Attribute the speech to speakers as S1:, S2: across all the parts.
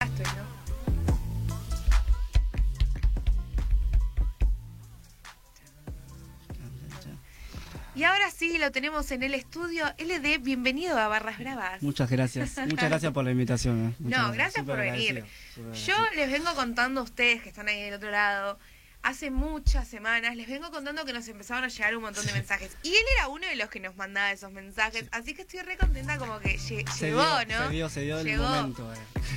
S1: Estoy, ¿no? Y ahora sí, lo tenemos en el estudio LD. Bienvenido a Barras Bravas.
S2: Muchas gracias. Muchas gracias por la invitación. eh. Muchas
S1: No, gracias por
S2: Súper
S1: venir.
S2: agradecido, súper
S1: Yo
S2: agradecido.
S1: les vengo contando a ustedes que están ahí del otro lado. Hace muchas semanas les vengo contando que nos empezaron a llegar un montón de mensajes. Y él era uno de los que nos mandaba esos mensajes. Así que estoy re contenta como que lle-
S2: Se
S1: llegó,
S2: dio,
S1: ¿no?
S2: Se dio, se dio
S1: Llegó.
S2: el momento. eh.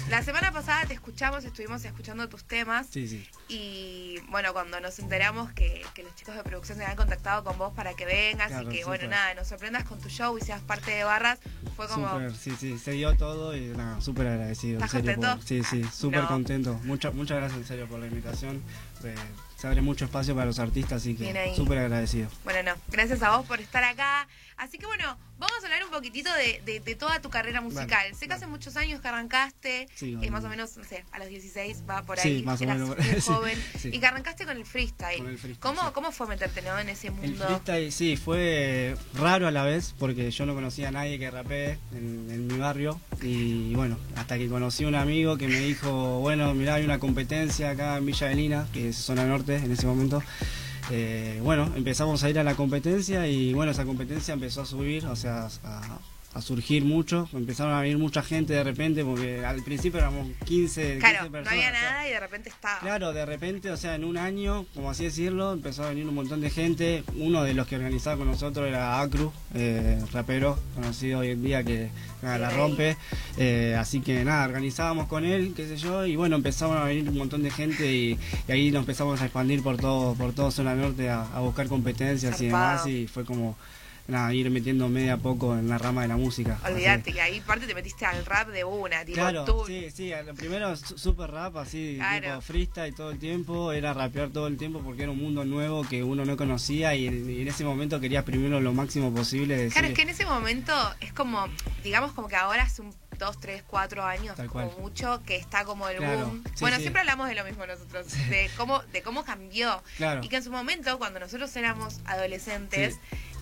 S1: La semana pasada te escuchamos, estuvimos escuchando tus temas.
S2: Sí, sí.
S1: Y bueno, cuando nos enteramos que, que los chicos de producción se habían contactado con vos para que vengas
S2: Claro,
S1: y que, bueno,
S2: súper.
S1: nada, nos sorprendas con tu show y seas parte de Barras, fue como.
S2: Súper, sí, sí. Se dio todo y nada, súper agradecido. en
S1: ¿Estás
S2: serio,
S1: contento?
S2: por- sí, sí,
S1: Ah,
S2: súper
S1: no.
S2: contento. Mucha- muchas gracias en serio por la invitación. Eh, se abre mucho espacio para los artistas, así
S1: Bien ahí.
S2: que súper agradecido.
S1: Bueno, no, gracias a vos por estar acá. Así que bueno, vamos a hablar un poquitito de, de- de toda tu carrera musical.
S2: Vale,
S1: sé que
S2: vale.
S1: hace muchos años que arrancaste,
S2: Sí,
S1: eh,
S2: bueno.
S1: más o menos, no sé, a los 16 va por
S2: Sí,
S1: ahí,
S2: más o
S1: eras muy
S2: menos, sí,
S1: joven,
S2: sí.
S1: y que arrancaste con el freestyle.
S2: Con el freestyle,
S1: ¿Cómo,
S2: sí.
S1: ¿Cómo fue meterte ¿no? en ese
S2: El
S1: mundo?
S2: freestyle sí fue raro a la vez porque yo no conocía a nadie que rapee en, en mi barrio y bueno, hasta que conocí a un amigo que me dijo, bueno, mirá, hay una competencia acá en Villa de Lina, que es zona norte en ese momento. Eh, bueno, empezamos a ir a la competencia y bueno, esa competencia empezó a subir, o sea, a, a surgir mucho, empezaron a venir mucha gente de repente porque al principio éramos 15, 15
S1: claro,
S2: personas.
S1: no había
S2: o sea,
S1: nada y de repente estaba.
S2: Claro, de repente, o sea, en un año, como así decirlo, empezó a venir un montón de gente. Uno de los que organizaba con nosotros era Acru, eh, rapero conocido hoy en día que nada, la
S1: Ahí.
S2: rompe. Eh, así que nada, organizábamos con él, qué sé yo, y bueno, empezaron a venir un montón de gente y, y ahí nos empezamos a expandir por todo, por todo Zona Norte a, a buscar competencias
S1: Zarpado.
S2: y demás. Y fue como nada, ir metiéndome de a poco en la rama de la música. Así que-
S1: Olvídate, que ahí parte te metiste al rap de una, tipo
S2: Claro,
S1: tú.
S2: sí, sí, a lo primero su- super rap, así,
S1: Claro.
S2: tipo freestyle todo el tiempo, era rapear todo el tiempo porque era un mundo nuevo que uno no conocía y, en- y en ese momento quería primero lo máximo posible. Decir,
S1: Claro, es que en ese momento es como, digamos como que ahora hace un 2, 3, 4 años,
S2: Tal
S1: como
S2: cual.
S1: mucho, que está como el
S2: Claro,
S1: boom.
S2: sí,
S1: bueno,
S2: sí.
S1: siempre hablamos de lo mismo nosotros, de cómo, de cómo cambió.
S2: Claro.
S1: Y que en su momento, cuando nosotros éramos adolescentes,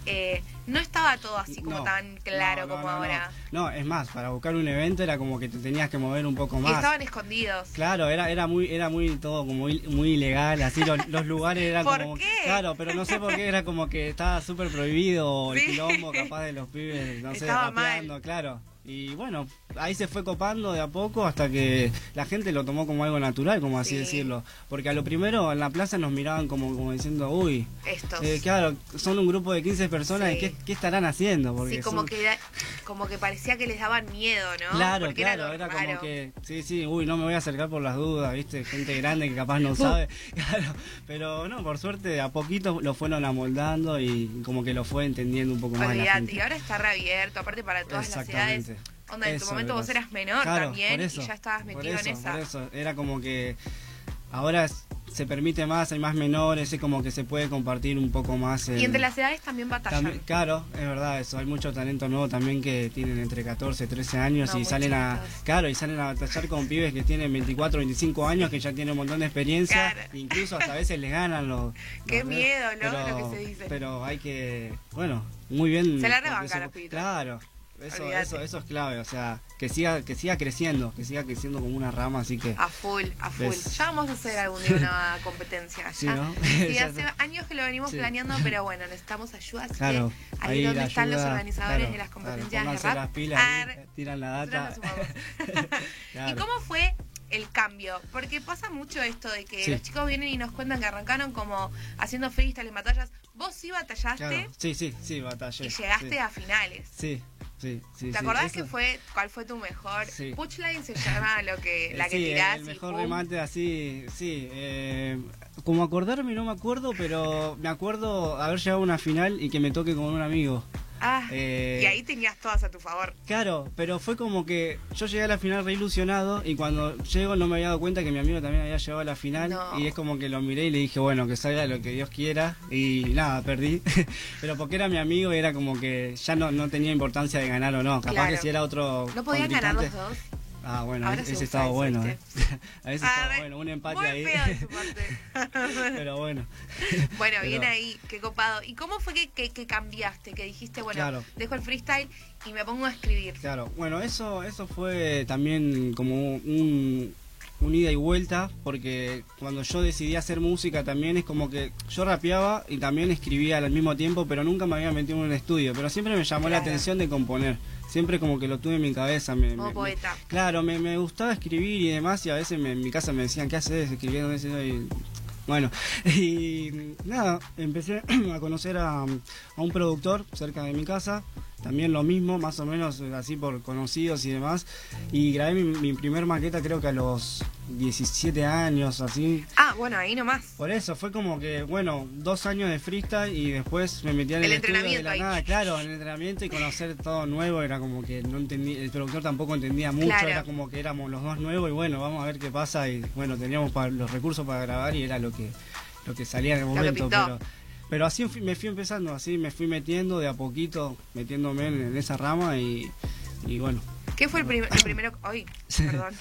S1: eh, no estaba todo así como
S2: No,
S1: tan claro
S2: no, no,
S1: como
S2: no, no.
S1: ahora.
S2: No. es más, para buscar un evento era como que te tenías que mover un poco
S1: Y
S2: más.
S1: estaban escondidos.
S2: Claro, era, era muy, era muy todo como il- muy ilegal, así lo- los, lugares eran
S1: ¿Por
S2: como.
S1: qué?
S2: Claro, pero no sé por qué era como que estaba súper prohibido o el
S1: Sí.
S2: quilombo capaz de los pibes, no sé,
S1: Estaba mal.
S2: rapeando, claro. Y bueno, ahí se fue copando de a poco hasta que la gente lo tomó como algo natural, como así
S1: Sí.
S2: decirlo. Porque a lo primero en la plaza nos miraban como, como diciendo, uy,
S1: Estos.
S2: eh, claro, son un grupo de 15 personas,
S1: Sí.
S2: ¿qué, qué estarán haciendo? Porque
S1: sí, como
S2: son-
S1: que, da- como que parecía que les daban miedo, ¿no?
S2: Claro,
S1: Porque
S2: claro,
S1: algo
S2: era,
S1: raro.
S2: como que, sí, sí, uy, no me voy a acercar por las dudas, viste, gente grande que capaz no sabe, claro, pero no, por suerte de a poquito lo fueron amoldando y como que lo fue entendiendo un poco más la
S1: Olvídate,
S2: gente.
S1: y ahora está reabierto, aparte para todas las edades.
S2: Exactamente.
S1: Onda, en tu
S2: Eso
S1: momento
S2: me
S1: vos
S2: pasa.
S1: eras menor
S2: Claro,
S1: también
S2: por eso,
S1: y ya estabas
S2: por
S1: metido en
S2: eso,
S1: esa.
S2: por eso. era como que ahora es- se permite más, hay más menores, es como que se puede compartir un poco más. el-
S1: Y entre las edades también batallan.
S2: también, claro, es verdad eso. Hay mucho talento nuevo también que tienen entre 14 y 13 años
S1: No,
S2: y
S1: muy
S2: salen a
S1: chiquitos.
S2: claro, y salen a batallar con pibes que tienen 24, 25 años, que ya tienen un montón de experiencia,
S1: Claro.
S2: incluso hasta a veces les ganan los
S1: Qué
S2: los-
S1: miedo, ¿no? Lo que se dice.
S2: Pero hay que, bueno, muy bien.
S1: Se la
S2: porque
S1: rebancan
S2: eso-
S1: los pibitos.
S2: Claro. Eso,
S1: Olvídate.
S2: eso, eso es clave, o sea, que siga, que siga creciendo, que siga creciendo como una rama, así que
S1: A full, a full.
S2: ¿Ves?
S1: Ya vamos a hacer algún día una competencia.
S2: Sí,
S1: ya.
S2: ¿no?
S1: Sí,
S2: Ya
S1: hace
S2: está.
S1: años que lo venimos
S2: Sí.
S1: planeando, pero bueno, necesitamos ayuda. Así
S2: Claro,
S1: que ahí, donde
S2: la
S1: están los
S2: ayuda,
S1: organizadores
S2: claro,
S1: de las
S2: claro,
S1: competencias
S2: pónganse
S1: de rap.
S2: las pilas ahí,
S1: Ar-
S2: eh, tiran la
S1: nosotros
S2: data.
S1: nos sumamos. ¿Y
S2: Claro.
S1: cómo fue el cambio? Porque pasa mucho esto de que
S2: Sí.
S1: los chicos vienen y nos cuentan que arrancaron como haciendo freestyle en batallas. Vos sí batallaste
S2: Claro, Sí, sí, sí, batallé.
S1: y llegaste
S2: sí.
S1: a finales.
S2: Sí, sí, sí.
S1: ¿Te
S2: sí,
S1: acordás que
S2: eso-
S1: fue, cuál fue tu mejor?
S2: Sí.
S1: Punchline se llama lo que, la que
S2: eh, Sí,
S1: tirás.
S2: El
S1: y
S2: mejor
S1: pum.
S2: remate así, sí. eh, como acordarme no me acuerdo, pero me acuerdo haber llegado a una final y que me toque con un amigo.
S1: Ah,
S2: Eh,
S1: y ahí tenías todas a tu favor.
S2: Claro, pero fue como que yo llegué a la final re ilusionado y cuando llego no me había dado cuenta que mi amigo también había llegado a la final
S1: No.
S2: y es como que lo miré y le dije, bueno, que salga lo que Dios quiera y nada, perdí. pero porque era mi amigo era como que ya no, no tenía importancia de ganar o no. Capaz
S1: Claro.
S2: que si era otro...
S1: ¿No podían ganar los
S2: contrincante-
S1: dos?
S2: Ah, bueno,
S1: Ahora se
S2: ese
S1: usa
S2: estaba
S1: eso,
S2: bueno.
S1: ¿viste?
S2: eh. A veces estaba
S1: Arre,
S2: bueno, un empate
S1: muy
S2: ahí.
S1: feo de su parte.
S2: Pero bueno.
S1: Bueno,
S2: Pero-
S1: bien ahí, qué copado. ¿Y cómo fue que, que- que cambiaste? Que dijiste, bueno,
S2: Claro.
S1: dejo el freestyle y me pongo a escribir.
S2: Claro, bueno, eso, eso fue también como un, un ida y vuelta, porque cuando yo decidí hacer música también es como que yo rapeaba y también escribía al mismo tiempo, pero nunca me había metido en un estudio, pero siempre me llamó la
S1: Claro.
S2: atención de componer, siempre como que lo tuve en mi cabeza. Me,
S1: Como
S2: me- me-
S1: poeta.
S2: claro, me, me gustaba escribir y demás, y a veces me- en mi casa me decían, ¿qué haces escribiendo eso? Y, bueno, y nada, empecé a conocer a, a un productor cerca de mi casa, también lo mismo, más o menos eh, así por conocidos y demás, y grabé mi, mi primer maqueta creo que a los 17 años, así.
S1: Ah, bueno, ahí nomás.
S2: Por eso, fue como que, bueno, dos años de freestyle y después me metí en
S1: El
S2: el, estudio de
S1: entrenamiento
S2: la
S1: ahí.
S2: nada, claro, en el entrenamiento y conocer todo nuevo, era como que no entendí, el productor tampoco entendía mucho,
S1: Claro.
S2: era como que éramos los dos nuevos y bueno, vamos a ver qué pasa y bueno, teníamos pa- los recursos para grabar y era lo que, lo que salía en el
S1: que
S2: momento,
S1: pintó.
S2: pero... Pero así fui- me fui empezando, así me fui metiendo de a poquito, metiéndome en, en esa rama y, y bueno,
S1: ¿Qué fue el, primer, el primero? Ay, perdón,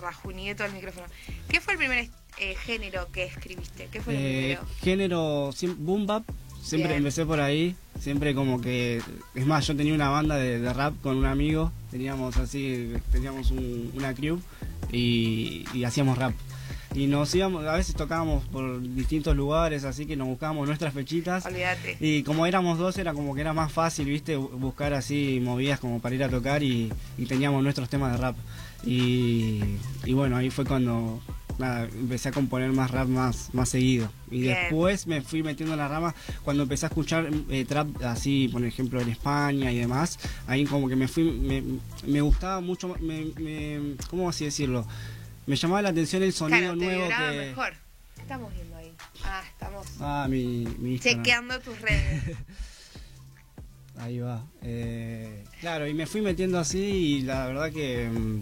S1: rajuñé todo el micrófono. ¿Qué fue el primer eh, género que escribiste? ¿Qué fue el
S2: Eh,
S1: primero?
S2: género siem- boom bap, siempre
S1: Bien.
S2: empecé por ahí, siempre como que, es más, yo tenía una banda de, de rap con un amigo, teníamos así, teníamos un- una crew y, y hacíamos rap. Y nos íbamos, a veces tocábamos por distintos lugares, así que nos buscábamos nuestras fechitas.
S1: Olvídate.
S2: Y como éramos dos, era como que era más fácil, viste, Bu- buscar así movidas como para ir a tocar y, y teníamos nuestros temas de rap. Y, y bueno, ahí fue cuando nada, empecé a componer más rap más, más seguido. Y
S1: Bien.
S2: después me fui metiendo en la rama cuando empecé a escuchar eh, trap así, por ejemplo, en España y demás. Ahí como que me fui, me, me gustaba mucho, más- me, me- ¿cómo así decirlo? Me llamaba la atención el sonido
S1: claro, te
S2: nuevo
S1: vibraba
S2: que...
S1: mejor. ¿Qué estamos viendo ahí? Ah, estamos
S2: Ah, mi, mi Instagram.
S1: chequeando tus redes.
S2: Ahí va. Eh, claro, y me fui metiendo así y la verdad que mm,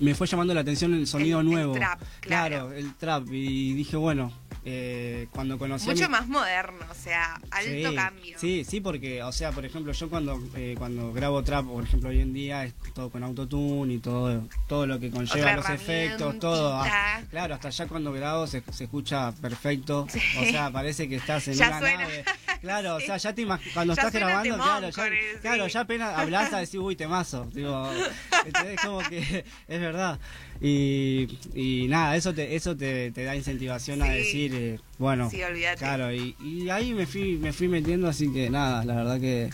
S2: me fue llamando la atención el sonido
S1: El- el
S2: nuevo.
S1: trap, claro.
S2: el trap. Y dije, bueno, eh, cuando conocí... a
S1: Mucho
S2: mi-
S1: más moderno, o sea, alto
S2: Sí,
S1: cambio.
S2: Sí, sí, porque, o sea, por ejemplo, yo cuando eh, cuando grabo trap, por ejemplo, hoy en día es todo con autotune y todo todo lo que conlleva
S1: Otra
S2: los efectos, todo.
S1: herramientita.
S2: Ah, claro, hasta ya cuando grabo se, se escucha perfecto.
S1: Sí.
S2: O sea, parece que estás en
S1: Ya
S2: una
S1: suena.
S2: nave. Claro,
S1: Sí.
S2: o sea, ya te imaginas, cuando
S1: Ya
S2: estás
S1: suena
S2: grabando,
S1: temón
S2: claro, ya,
S1: con el-
S2: claro,
S1: sí.
S2: ya apenas hablas a decir, uy, temazo. Digo, ¿entendés? como que es verdad. Y, y nada, eso te, eso te, te da incentivación a
S1: Sí.
S2: decir, eh, bueno,
S1: Sí, olvídate.
S2: Claro, y, y ahí me fui, me fui metiendo, así que nada, la verdad que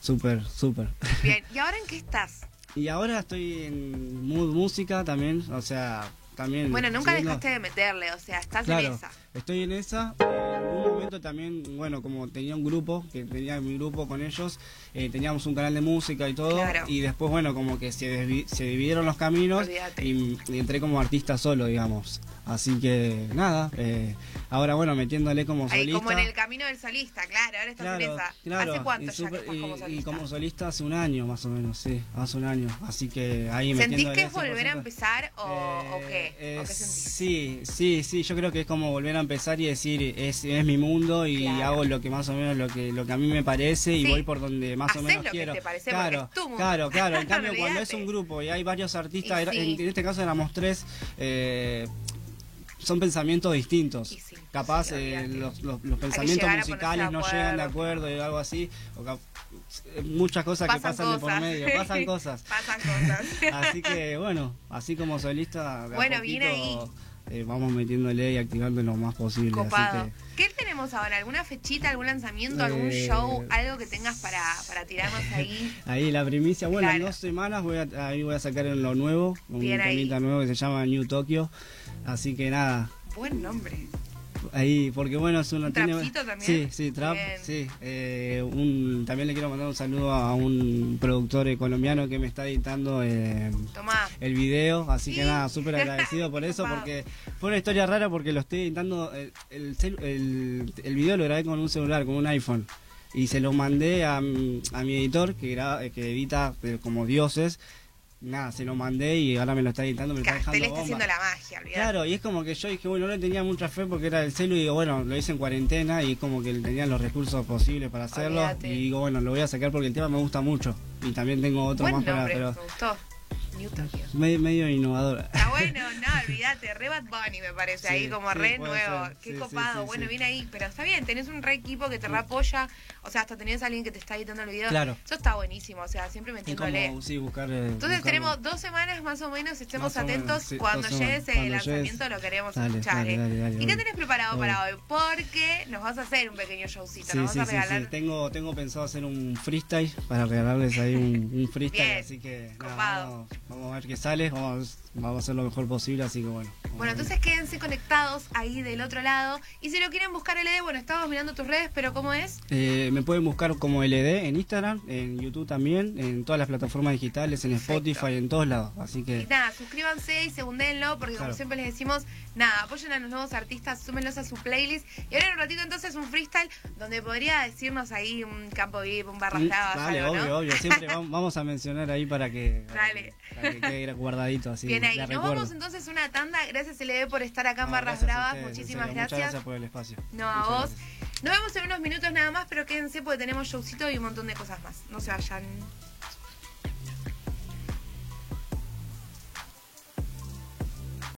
S2: súper, súper.
S1: Bien, ¿y ahora en qué estás?
S2: Y ahora estoy en mood música también, o sea, también...
S1: Bueno, nunca
S2: siguiendo-
S1: dejaste de meterle, o sea, estás
S2: Claro,
S1: en esa.
S2: estoy en esa. Eh, En un momento también, bueno, como tenía un grupo, que tenía mi grupo con ellos, eh, teníamos un canal de música y todo.
S1: Claro.
S2: Y después, bueno, como que se, desvi- se dividieron los caminos
S1: Olvídate.
S2: y, y entré como artista solo, digamos. Así que nada, eh, ahora bueno, metiéndole como
S1: Ahí,
S2: solista.
S1: como en el camino del solista, claro, ahora estás en esa. ¿Hace cuánto
S2: y
S1: ya
S2: super-
S1: que estás
S2: y-
S1: como solista?
S2: Y como solista hace un año más o menos, sí, hace un año. Así que ahí me
S1: ¿Sentís que es volver a empezar o, o
S2: Eh,
S1: qué? ¿O qué sentís?
S2: sí, sí, sí, yo creo que es como volver a empezar y decir, es, es mi mundo y
S1: Claro.
S2: hago lo que más o menos lo que lo que a mí me parece y
S1: Sí.
S2: voy por donde más
S1: Hacés
S2: o menos
S1: lo que
S2: quiero.
S1: te parece, porque
S2: claro,
S1: es tu mundo.
S2: claro, claro. En cambio, cuando es
S1: Olvídate.
S2: un grupo y hay varios artistas,
S1: Y
S2: era-
S1: sí.
S2: en, en este caso éramos tres, eh, son pensamientos distintos.
S1: Y sí,
S2: Capaz
S1: sí,
S2: eh,
S1: olvídate.
S2: los, los- los pensamientos
S1: llegar a ponerse de
S2: musicales no llegan de
S1: acuerdo.
S2: acuerdo y algo así. o cap- eh, muchas cosas que pasan de por medio, pasan cosas.
S1: pasan cosas.
S2: Así que bueno, así como solista, de a
S1: Bueno, bien
S2: poquito, eh, vamos metiéndole y activando lo más posible.
S1: Copado.
S2: Así
S1: ¿Qué tenemos ahora? ¿Alguna fechita, algún lanzamiento, algún
S2: Eh,
S1: show, algo que tengas para, para tirarnos ahí?
S2: que ahí la primicia. Bueno, en
S1: Claro.
S2: dos semanas voy a, ahí voy a sacar lo nuevo, un
S1: Bien ahí.
S2: temita nuevo que se llama New Tokyo. Así que nada,
S1: Buen nombre.
S2: ahí, porque bueno, es una.
S1: ¿Un trapcito
S2: Sí,
S1: también?
S2: sí, trap.
S1: Bien.
S2: Sí. Eh, un, también le quiero mandar un saludo a un productor eh, colombiano que me está editando. eh,
S1: Tomá.
S2: el video, así que
S1: Sí.
S2: nada, súper agradecido por
S1: Qué
S2: eso,
S1: copado.
S2: porque fue una historia rara porque lo estoy editando, el, el, celu- el- el video lo grabé con un celular, con un iPhone, y se lo mandé a, mi- a mi editor que, graba, eh, que edita eh, como dioses, nada, se lo mandé y ahora me lo está editando, me lo está
S1: Castel
S2: dejando
S1: está
S2: bomba.
S1: haciendo la magia, olvídate.
S2: Claro, y es como que yo dije, bueno, no le tenía mucha fe porque era el celu y digo, bueno, lo hice en cuarentena y es como que tenía los recursos posibles para hacerlo
S1: Olvídate.
S2: y digo, bueno, lo voy a sacar porque el tema me gusta mucho y también tengo otro
S1: Buen
S2: más
S1: nombre,
S2: para... pero-
S1: me gustó. New Tokyo.
S2: Me- medio innovadora.
S1: Está bueno, no, olvídate, re Bad Bunny me parece,
S2: Sí,
S1: ahí como
S2: sí,
S1: re
S2: puede
S1: nuevo,
S2: ser.
S1: qué
S2: Sí, sí,
S1: copado,
S2: sí,
S1: bueno,
S2: sí.
S1: viene ahí, pero está bien, tenés un re equipo que te reapoya, o sea, hasta tenés a alguien que te está editando el video,
S2: Claro.
S1: eso está buenísimo, o sea, siempre
S2: Y
S1: metiéndole.
S2: como, sí, buscar, eh,
S1: Entonces
S2: buscarlo.
S1: tenemos dos semanas más o menos, estemos
S2: Más o menos,
S1: atentos,
S2: sí,
S1: cuando
S2: dos semanas.
S1: llegue ese
S2: Cuando
S1: lanzamiento
S2: llegues,
S1: lo queremos
S2: dale,
S1: escuchar.
S2: dale,
S1: ¿eh?
S2: dale, dale,
S1: ¿Y qué
S2: obvio.
S1: tenés preparado para
S2: Obvio.
S1: hoy? Porque nos vas a hacer un pequeño showcito,
S2: Sí,
S1: nos
S2: sí,
S1: vas a
S2: sí,
S1: regalar...
S2: sí. Tengo, tengo pensado hacer un freestyle para regalarles ahí un, un freestyle,
S1: Bien,
S2: así que nada,
S1: copado.
S2: vamos, vamos a ver qué sale, vamos, vamos a hacer lo mejor posible, así que bueno. vamos
S1: Bueno,
S2: a ver.
S1: entonces quédense conectados ahí del otro lado. Y si lo quieren buscar, LD, bueno, estamos mirando tus redes, pero ¿cómo es?
S2: Eh, me pueden buscar como LD en Instagram, en YouTube también, en todas las plataformas digitales, en
S1: Perfecto.
S2: Spotify, en todos lados, así
S1: Y
S2: que
S1: nada, suscríbanse y segundenlo, porque como
S2: Claro.
S1: siempre les decimos, nada, apoyen a los nuevos artistas, súmenlos a su playlist. Y ahora en un ratito entonces un freestyle donde podría decirnos ahí un campo VIP, un barra
S2: Mm,
S1: brava,
S2: Dale,
S1: algo, ¿no?
S2: obvio, obvio. Siempre vam- vamos a mencionar ahí para que, para
S1: Dale.
S2: que- para que quede guardadito así.
S1: Bien ahí.
S2: la
S1: Nos
S2: recuerdo.
S1: vamos entonces a una tanda. Gracias, LD, por estar acá en
S2: No,
S1: Barras
S2: gracias a
S1: Bravas.
S2: ustedes, en
S1: Muchísimas
S2: serio,
S1: gracias.
S2: Muchas gracias por el espacio.
S1: No, a
S2: Muchas
S1: vos.
S2: gracias.
S1: Nos vemos en unos minutos nada más, pero quédense porque tenemos showcito y un montón de cosas más. No se vayan.